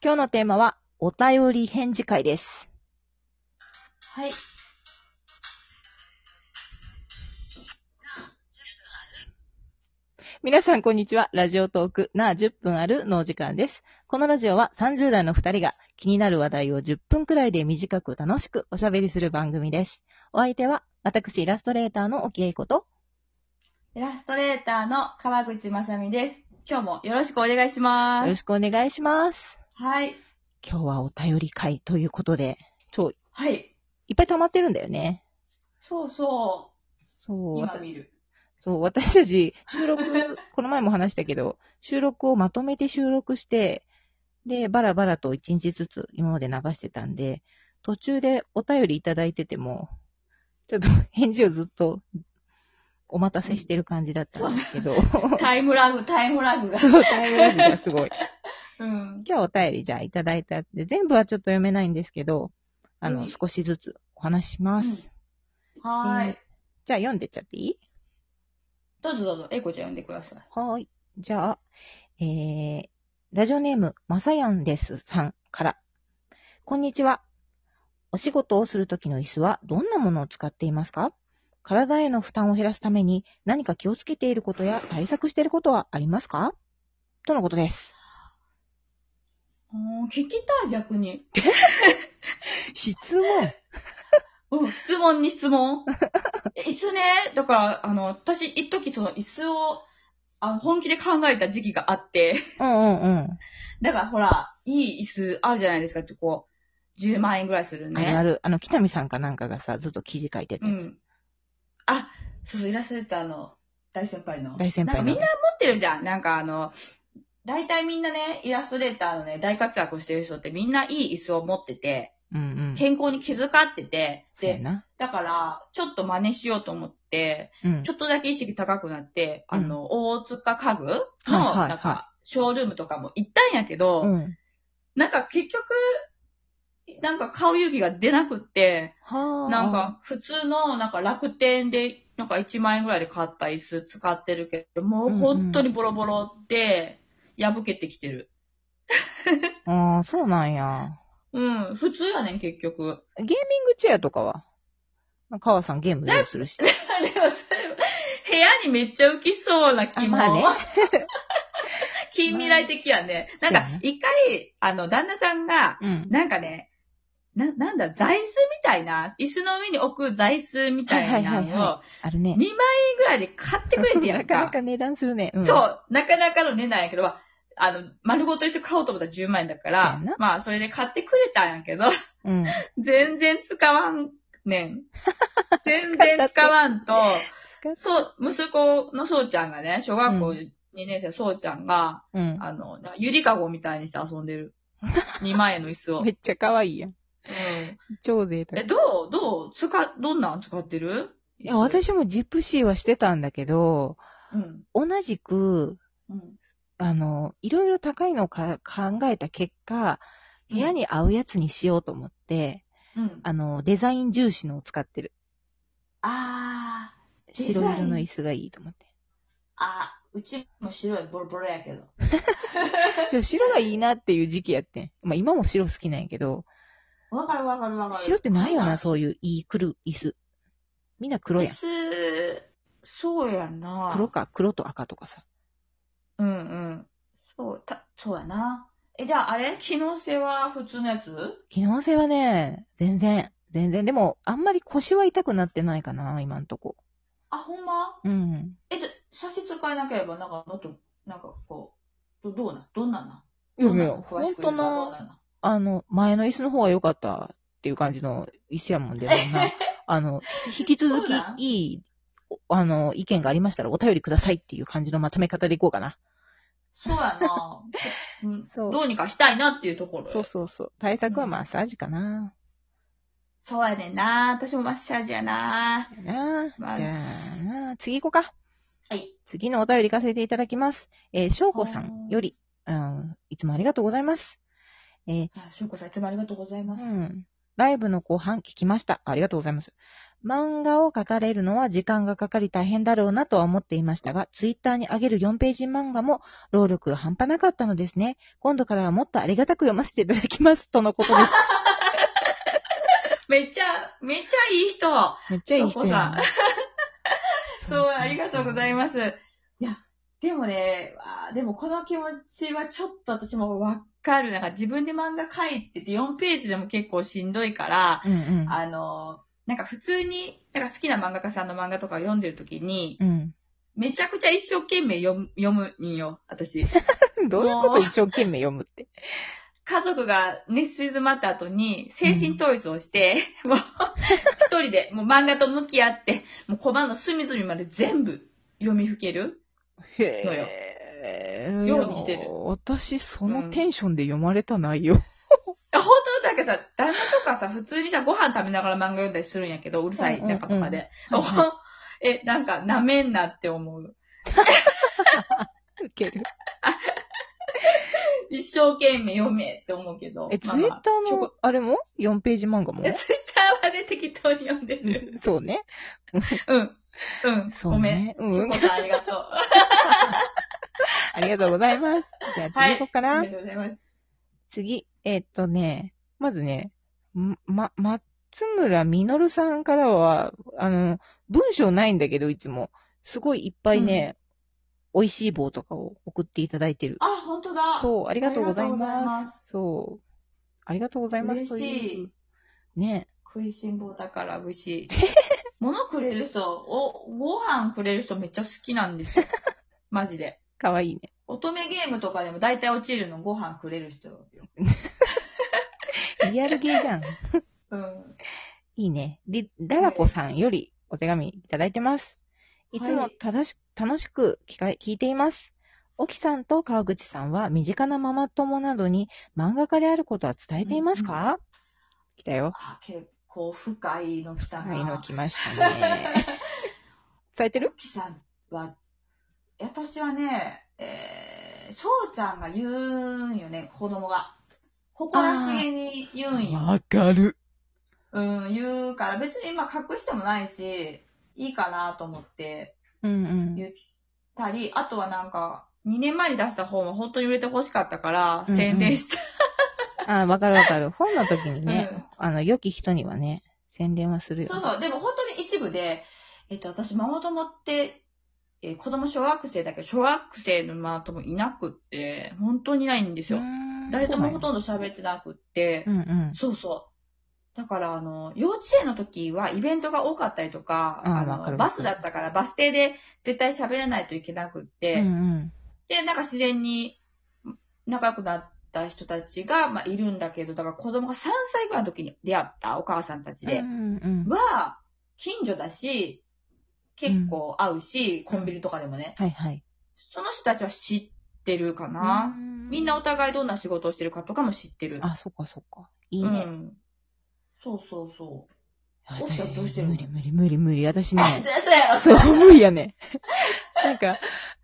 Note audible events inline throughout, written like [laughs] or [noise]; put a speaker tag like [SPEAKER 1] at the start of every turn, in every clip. [SPEAKER 1] 今日のテーマは、お便り返事会です。
[SPEAKER 2] はい。
[SPEAKER 1] 皆さん、こんにちは。ラジオトーク、なあ10分あるのお時間です。このラジオは30代の2人が気になる話題を10分くらいで短く楽しくおしゃべりする番組です。お相手は、私、イラストレーターの沖江こと、
[SPEAKER 2] イラストレーターの川口まさみです。今日もよろしくお願いしま
[SPEAKER 1] よろ
[SPEAKER 2] す。
[SPEAKER 1] しくお願いします。
[SPEAKER 2] はい。
[SPEAKER 1] 今日はお便り会ということで、
[SPEAKER 2] はい。
[SPEAKER 1] いっぱい溜まってるんだよね。
[SPEAKER 2] そうそ。
[SPEAKER 1] そうう、わ
[SPEAKER 2] 今
[SPEAKER 1] た
[SPEAKER 2] 見る。
[SPEAKER 1] そう私たち収 [laughs] 録、この前も話したけど、収録をまとめて収録して、で、バラバラと1日ずつ今まで流してたんで、途中でお便りいただいてても、ちょっと返事をずっとお待たせしてる感じだったんですけど、
[SPEAKER 2] タイムラグ、タイムラグ
[SPEAKER 1] [laughs]
[SPEAKER 2] が。
[SPEAKER 1] そうタイムラグがすごい。
[SPEAKER 2] うん。
[SPEAKER 1] [laughs] 今日お便りじゃあいただいたんで、全部はちょっと読めないんですけど、あの、
[SPEAKER 2] うん
[SPEAKER 1] 少しずつお話しします。
[SPEAKER 2] はーい。
[SPEAKER 1] じゃあ読んでっちゃっていい
[SPEAKER 2] どうぞどうぞ、エイコちゃん呼んでください。
[SPEAKER 1] はーい。じゃあ、えー、ラジオネーム、まさやんですさんから。こんにちは。お仕事をするときの椅子はどんなものを使っていますか体への負担を減らすために何か気をつけていることや対策していることはありますかとのことです。
[SPEAKER 2] うん、聞きたい、逆に。
[SPEAKER 1] 質問
[SPEAKER 2] うん、質問に質
[SPEAKER 1] [laughs]
[SPEAKER 2] 問。え椅子ね、だから、あの、私、一時その椅子を、あの本気で考えた時期があって、
[SPEAKER 1] うんうんうん。
[SPEAKER 2] だからほら、いい椅子あるじゃないですか、ってこう、10万円ぐらいするね。
[SPEAKER 1] あるある。あの、北見さんかなんかがさ、ずっと記事書いてた
[SPEAKER 2] う
[SPEAKER 1] やつ。
[SPEAKER 2] ん。あ、そうそう、イラストレーターの大先輩の。
[SPEAKER 1] 大先輩
[SPEAKER 2] な
[SPEAKER 1] の
[SPEAKER 2] んかみんな持ってるじゃん。なんかあの、大体みんなね、イラストレーターのね、大活躍をしてる人ってみんないい椅子を持ってて、
[SPEAKER 1] うんうん。
[SPEAKER 2] 健康に気遣ってて、
[SPEAKER 1] そうや
[SPEAKER 2] で、
[SPEAKER 1] な。
[SPEAKER 2] だから、ちょっと真似しようと思って、
[SPEAKER 1] うん
[SPEAKER 2] ち。ょっとだけ意識高くなって、
[SPEAKER 1] うん
[SPEAKER 2] あの、大塚家具の、
[SPEAKER 1] はいはい
[SPEAKER 2] なんか、ショールームとかも行ったんやけど、
[SPEAKER 1] うん。
[SPEAKER 2] なんか結局、なんか買う勇気が出なくって、
[SPEAKER 1] はあ。
[SPEAKER 2] なんか、普通の、なんか楽天で、なんか1万円ぐらいで買った椅子使ってるけど、もう本当にボロボロで、破けてきてる。
[SPEAKER 1] ああ、そうなんや。
[SPEAKER 2] うん、普通やねん、結局。 [laughs]
[SPEAKER 1] ゲーミングチェアとかは川さんゲームでするし。
[SPEAKER 2] あれは、それは、部屋にめっちゃ浮きそうな気も。 [laughs]
[SPEAKER 1] あまあね
[SPEAKER 2] 近未来的やね。なん
[SPEAKER 1] そうや
[SPEAKER 2] か
[SPEAKER 1] ね、
[SPEAKER 2] 一回、あの、旦那さんが、
[SPEAKER 1] うん。
[SPEAKER 2] なんかね、な、なんだ、座椅子みたいな、椅子の上に置く座椅子みたいな
[SPEAKER 1] はいはいはい
[SPEAKER 2] のを、
[SPEAKER 1] あるね
[SPEAKER 2] 2。万円ぐらいで買ってくれてや
[SPEAKER 1] なんか
[SPEAKER 2] か
[SPEAKER 1] な。か値段するね。うん、
[SPEAKER 2] そう、なかなかの値段やけど、まああの、丸ごと一緒買おうと思ったら10万円だか
[SPEAKER 1] そ
[SPEAKER 2] ら
[SPEAKER 1] うやな、
[SPEAKER 2] まあ、それで買ってくれたんやけど、 [laughs]
[SPEAKER 1] う。うん。
[SPEAKER 2] 全然使わん
[SPEAKER 1] [laughs]
[SPEAKER 2] ねん。全然使わんと、そう、息子のそうちゃんがね、小学校
[SPEAKER 1] うん
[SPEAKER 2] 2年生のそうちゃんが、
[SPEAKER 1] うん。
[SPEAKER 2] あの、なんかゆりかごみたいにして遊ん
[SPEAKER 1] [laughs]
[SPEAKER 2] でる。2万円の椅子を。う
[SPEAKER 1] めっちゃ可愛いやん。
[SPEAKER 2] ん、
[SPEAKER 1] 超贅
[SPEAKER 2] え、
[SPEAKER 1] 沢。
[SPEAKER 2] どうどう使、どんなん使ってる
[SPEAKER 1] いや、、私もジプシーはしてたんだけど、
[SPEAKER 2] うん。
[SPEAKER 1] 同じく、
[SPEAKER 2] うん。
[SPEAKER 1] あの、いろいろ高いのをか考えた結果、部屋に合うやつにしようと思って、
[SPEAKER 2] うん。
[SPEAKER 1] あの、デザイン重視のを使ってる。
[SPEAKER 2] あー。
[SPEAKER 1] 白色の
[SPEAKER 2] 椅
[SPEAKER 1] 椅
[SPEAKER 2] 子。
[SPEAKER 1] 子がいいと思って。
[SPEAKER 2] あ、うちも白いボロボロやけど。
[SPEAKER 1] ちょ白がいいなっていう時期やってん。まあ、今も白好きなんやけど、
[SPEAKER 2] わかるわかるわかる。
[SPEAKER 1] 白ってないよな、そう
[SPEAKER 2] いう。
[SPEAKER 1] いういい来る椅子。みんな黒
[SPEAKER 2] 椅
[SPEAKER 1] やん。
[SPEAKER 2] 子、そうやな。
[SPEAKER 1] 黒。か、黒と赤とかさ。
[SPEAKER 2] うんうん。そう、た、そうやな。え、じゃああれ機能性は普通のやつ
[SPEAKER 1] 機能性はね、全然、全然。でも、あんまり腰は痛くなってないかな、今んとこ。
[SPEAKER 2] あ、ほんま
[SPEAKER 1] うん。
[SPEAKER 2] え、じゃ、差し支えなければ、なんかもっと、なんかこう、どどうなんどんなんなん
[SPEAKER 1] いや
[SPEAKER 2] どん
[SPEAKER 1] い
[SPEAKER 2] な
[SPEAKER 1] や、
[SPEAKER 2] の詳
[SPEAKER 1] 本
[SPEAKER 2] し
[SPEAKER 1] 当
[SPEAKER 2] く言うとどう
[SPEAKER 1] の、
[SPEAKER 2] なんなん
[SPEAKER 1] あの、前の椅子の方が良かったっていう感じの椅子やもんで、みん [laughs] なあの、引き続き
[SPEAKER 2] そうなん
[SPEAKER 1] いい、おあの、意見がありましたらお便りくださいっていう感じのまとめ方でいこうかな。
[SPEAKER 2] そうやな。うん
[SPEAKER 1] [laughs] そう
[SPEAKER 2] どうにかしたいなっていうところ。
[SPEAKER 1] そうそうそう。対策はマッサージかな。
[SPEAKER 2] そうやねんな。私もマッサージやな。
[SPEAKER 1] なあ。
[SPEAKER 2] まあ
[SPEAKER 1] じゃあな、次行こうか。
[SPEAKER 2] はい。
[SPEAKER 1] 次のお便り行かせていただきます。えー、しょうこさんより、うん、いつもありがとうございます。えー
[SPEAKER 2] あしゅうこさん、いつもありがとうございま
[SPEAKER 1] う
[SPEAKER 2] す。
[SPEAKER 1] ん。ライブの後半聞きました。ありがとうございます。漫画を語れるのは時間がかかり大変だろうなとは思っていましたが、ツイッターに上げる4ページ漫画も労力が半端なかったのですね。今度からはもっとありがたく読ませていただきます。とのことです。
[SPEAKER 2] めっちゃ、めっちゃいい人。
[SPEAKER 1] めっちゃいい人やな。
[SPEAKER 2] そう、ありがとうござい
[SPEAKER 1] す。
[SPEAKER 2] ます。いや、でもね、あーでもこの気持ちはちょっと私もわかる。なんか自分で漫画書いてて4ページでも結構しんどいから、
[SPEAKER 1] うんうん。
[SPEAKER 2] あの、なんか普通に、なんか好きな漫画家さんの漫画とかを読んでるときに、
[SPEAKER 1] うん。
[SPEAKER 2] めちゃくちゃ一生懸命読む、読むんよ、私。
[SPEAKER 1] どういうこと一生懸命読むって。
[SPEAKER 2] 家族が寝静まった後に、精神統一をして、もう、一人で、もう漫画と向き合って、もうコマの隅々まで全部読みふける
[SPEAKER 1] へー。
[SPEAKER 2] ようにしてる
[SPEAKER 1] いや私、そのテンションで読まれた内容。
[SPEAKER 2] あ本当なんかさ、旦那とかさ、普通にさ、ご飯食べながら漫画読んだりするんやけど、うるさい、
[SPEAKER 1] うんうんうん
[SPEAKER 2] 中とかで。 [laughs]
[SPEAKER 1] はいは
[SPEAKER 2] え、なんか、なめんなって思う。
[SPEAKER 1] いける。
[SPEAKER 2] 一生懸命読めって思うけど。
[SPEAKER 1] [laughs] え、ツイ
[SPEAKER 2] まあま
[SPEAKER 1] ッ
[SPEAKER 2] あ
[SPEAKER 1] タ
[SPEAKER 2] ち
[SPEAKER 1] ー
[SPEAKER 2] ょ
[SPEAKER 1] の
[SPEAKER 2] こ、
[SPEAKER 1] あれも ?4 ページ漫画も
[SPEAKER 2] え、ツイッターはね、適当に読んでる。
[SPEAKER 1] うん [laughs] そうね。
[SPEAKER 2] うん。うん。
[SPEAKER 1] そう
[SPEAKER 2] ごめん。
[SPEAKER 1] ね。うん。
[SPEAKER 2] チョコさんありがとう。
[SPEAKER 1] ありがとうございます。じゃあ次行こうか [laughs] な。
[SPEAKER 2] ありがとうございます。
[SPEAKER 1] 次、えっとね、まずね、んま、松村みのるさんからは、あの、文章ないんだけど、いつも。すごいいっぱいね、美味しい棒とかを送っていただいてる。
[SPEAKER 2] あ、本当だ。
[SPEAKER 1] そう、ありがとうござい
[SPEAKER 2] ありがとうござ
[SPEAKER 1] ま。
[SPEAKER 2] います
[SPEAKER 1] そう。ありがとうございます。
[SPEAKER 2] 嬉しい。
[SPEAKER 1] い。ね。
[SPEAKER 2] 食いしん坊だからしい物くれる人、お、ご飯くれる人めっちゃ好きなんで
[SPEAKER 1] [laughs]
[SPEAKER 2] すよ。マジで。
[SPEAKER 1] かわいいね。
[SPEAKER 2] 乙女ゲームとかでも大体落ちるのご飯くれる人よ。
[SPEAKER 1] リアルゲーじゃん。
[SPEAKER 2] うん。
[SPEAKER 1] いいね。で、ララコさんよりお手紙いただいてます。いつも正し、楽しく聞か聞いています。沖さんと川口さんは身近なママ友などに漫画家であることは伝えていますか、来たよ。
[SPEAKER 2] あ、結構深いの来たな。
[SPEAKER 1] はい、の来ましたね。伝えてる
[SPEAKER 2] きさんは、私はね、えー、翔ちゃんが言うんよね、子供が。誇らしげに言うんよ。
[SPEAKER 1] かる。
[SPEAKER 2] うん、言うから、別に今隠してもないし、いいかなと思って。
[SPEAKER 1] うんうん。
[SPEAKER 2] 言ったり、あとはなんか、2年前に出した本は本当に売れて欲しかったから、
[SPEAKER 1] うんうん
[SPEAKER 2] 宣伝した。
[SPEAKER 1] あーわかるわかる。本の時にね、
[SPEAKER 2] うん
[SPEAKER 1] あの、良き人にはね、宣伝はするよ。
[SPEAKER 2] そうそう、でも本当に一部で、えっと、私、ママ友って、えー子供小学生だけど、小学生のママ友いなくって、本当にないんです
[SPEAKER 1] う
[SPEAKER 2] よ。
[SPEAKER 1] ーん
[SPEAKER 2] 誰ともほとんど喋ってなくって
[SPEAKER 1] う、んうん。
[SPEAKER 2] そうそう。だから、あの、幼稚園の時はイベントが多かったりとか、
[SPEAKER 1] あー
[SPEAKER 2] あ
[SPEAKER 1] わかる
[SPEAKER 2] の、
[SPEAKER 1] わ
[SPEAKER 2] バスだったからバス停で絶対喋らないといけなくって、
[SPEAKER 1] うんうん。
[SPEAKER 2] で、なんか自然に仲良くなった人たちが、まあ、いるんだけど、だから子供が3歳ぐらいの時に出会ったお母さんたちで、
[SPEAKER 1] うんうん。
[SPEAKER 2] は、近所だし、結構会うし、コンビニとかでもね、
[SPEAKER 1] はいはい。
[SPEAKER 2] その人たちは知ってるかな。みんなお互いどんな仕事をしてるかとかも知ってる。
[SPEAKER 1] あ、そっかそっか。いいうね。
[SPEAKER 2] ん。そうそうそう。
[SPEAKER 1] 私
[SPEAKER 2] 奥さんどうしてるの
[SPEAKER 1] 無理無理無理無理。私
[SPEAKER 2] [laughs] あ、
[SPEAKER 1] ね、
[SPEAKER 2] そうやろ、
[SPEAKER 1] そう、無理やね。 [laughs] なんか、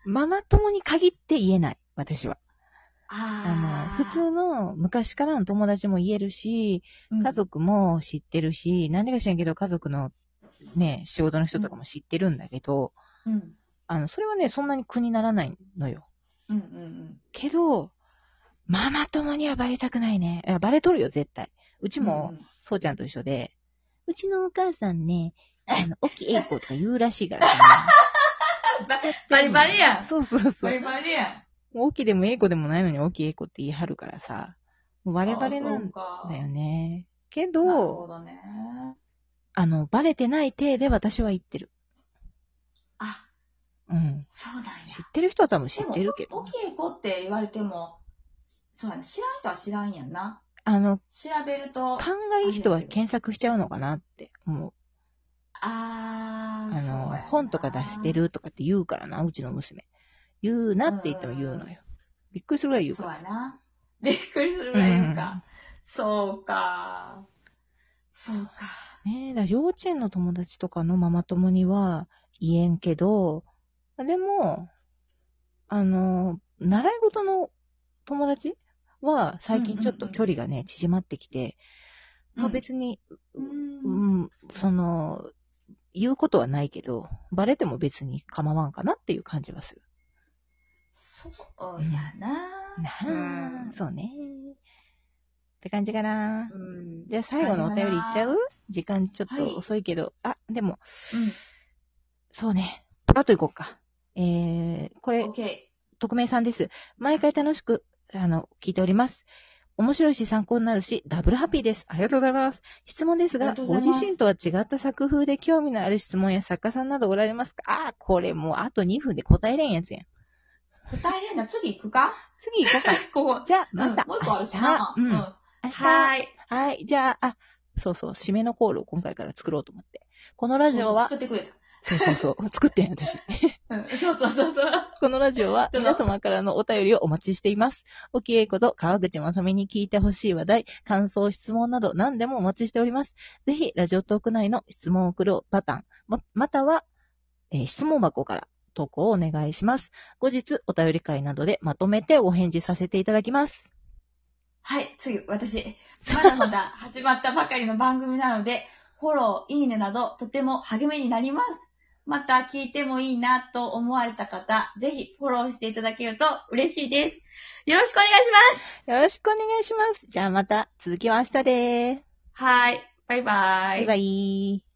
[SPEAKER 1] ママ友に限って言えない。私は。あ
[SPEAKER 2] あ
[SPEAKER 1] の、普通の昔からの友達も言えるし、
[SPEAKER 2] の
[SPEAKER 1] 家族も知ってるし、何か知らんけど家族のね、仕事の人とかも知ってるんだけど、
[SPEAKER 2] うん。
[SPEAKER 1] あの、それはね、そんなに苦にならないのよ。
[SPEAKER 2] うんうんうん。
[SPEAKER 1] けど、ママ友にはバレたくないね。いやバレとるよ、絶対。うちも、
[SPEAKER 2] うんうん、
[SPEAKER 1] そうちゃんと一緒で、うちのお母さんね、あの、沖英子とか言うらしいから、ね。
[SPEAKER 2] [laughs] バリバリやん。
[SPEAKER 1] そうそうそ
[SPEAKER 2] バ
[SPEAKER 1] う。
[SPEAKER 2] リバリやん。
[SPEAKER 1] もう沖でも英子でもないのに沖英子って言い張るからさ、もうバレバレな
[SPEAKER 2] あそうんか
[SPEAKER 1] だよね。け
[SPEAKER 2] なるほ
[SPEAKER 1] ど、
[SPEAKER 2] どね。
[SPEAKER 1] あの、バレてない体で私は言ってる。
[SPEAKER 2] あ、
[SPEAKER 1] うん。
[SPEAKER 2] そうなんや。
[SPEAKER 1] 知ってる人は多分知ってるけ
[SPEAKER 2] でも
[SPEAKER 1] ど
[SPEAKER 2] お。きい子って言われても、そうやな、知らん人は知らんやんな。
[SPEAKER 1] あの、
[SPEAKER 2] 調べると、
[SPEAKER 1] 勘がいい人は検索しちゃうのかなって思う。
[SPEAKER 2] あー、
[SPEAKER 1] あ
[SPEAKER 2] そう
[SPEAKER 1] の、
[SPEAKER 2] やな
[SPEAKER 1] 本とか出して。るとかって言うからな、うちの娘。言うなって言っても言うのよ。びっくりするぐらい言うか
[SPEAKER 2] そう
[SPEAKER 1] ら
[SPEAKER 2] や。な。びっくりするぐらい言うか。そうか。そうか。
[SPEAKER 1] ねえ、だから幼稚園の友達とかのママ友には言えんけど、でも、あの、習い事の友達は最近ちょっと距離がね、縮まってきて、まあ、別に、う
[SPEAKER 2] う。
[SPEAKER 1] んん、その、言うことはないけど、バレても別に構わんかなっていう感じはする。
[SPEAKER 2] そうやな
[SPEAKER 1] なあ、
[SPEAKER 2] うん
[SPEAKER 1] そうね。って感じかな。
[SPEAKER 2] うん。
[SPEAKER 1] じゃあ最後のお便りいっちゃう時間ちょっ
[SPEAKER 2] はい
[SPEAKER 1] と遅いけど、あ、でも、
[SPEAKER 2] うん。
[SPEAKER 1] そうね。パパッといこうか。えー、これ
[SPEAKER 2] オッ、ケ
[SPEAKER 1] 匿名さんです。毎回楽しく、あの、聞いております。面白いし参考になるし、ダブルハッピーです。ありがとうございます。質問です
[SPEAKER 2] あ
[SPEAKER 1] が、
[SPEAKER 2] りがとう
[SPEAKER 1] ご
[SPEAKER 2] ござい
[SPEAKER 1] 自
[SPEAKER 2] ます
[SPEAKER 1] 身とは違った作風で興味のある質問や作家さんなどおられますかああ、これもうあと2分で答えれんやつやん。
[SPEAKER 2] ー。答えれんな、次行くか
[SPEAKER 1] 次行こうか。
[SPEAKER 2] こ [laughs] こ。
[SPEAKER 1] じゃあ、
[SPEAKER 2] うん
[SPEAKER 1] また
[SPEAKER 2] もう
[SPEAKER 1] 明
[SPEAKER 2] 一個あるし
[SPEAKER 1] 日
[SPEAKER 2] な。。
[SPEAKER 1] うん。明
[SPEAKER 2] は
[SPEAKER 1] 日。は
[SPEAKER 2] ーい。
[SPEAKER 1] い。じゃあ、あ、そうそう、締めのコールを今回から作ろうと思って。このラジオは
[SPEAKER 2] 作、ってくれた。
[SPEAKER 1] そうそうそう、作ってん私。
[SPEAKER 2] うん、そうそうそうそう。
[SPEAKER 1] このラジオは皆様からのお便りをお待ちしています。沖英子と川口まさみに聞いてほしい話題、感想、質問など何でもお待ちしております。ぜひ、ラジオトーク内の質問を送るパターン、ままたは、えー質問箱から投稿をお願いします。後日、お便り会などでまとめてお返事させていただきます。
[SPEAKER 2] はい、次、私。まだまだ始まったばかりの番組なので、フォロー、いいねなど、とても励みになります。また聞いてもいいなと思われた方、ぜひフォローしていただけると嬉しいです。よろしくお願いします。
[SPEAKER 1] よろしくお願いします。じゃあまた、続きは明日でーす。
[SPEAKER 2] はい、バイ
[SPEAKER 1] バ
[SPEAKER 2] バイ。
[SPEAKER 1] イバイ。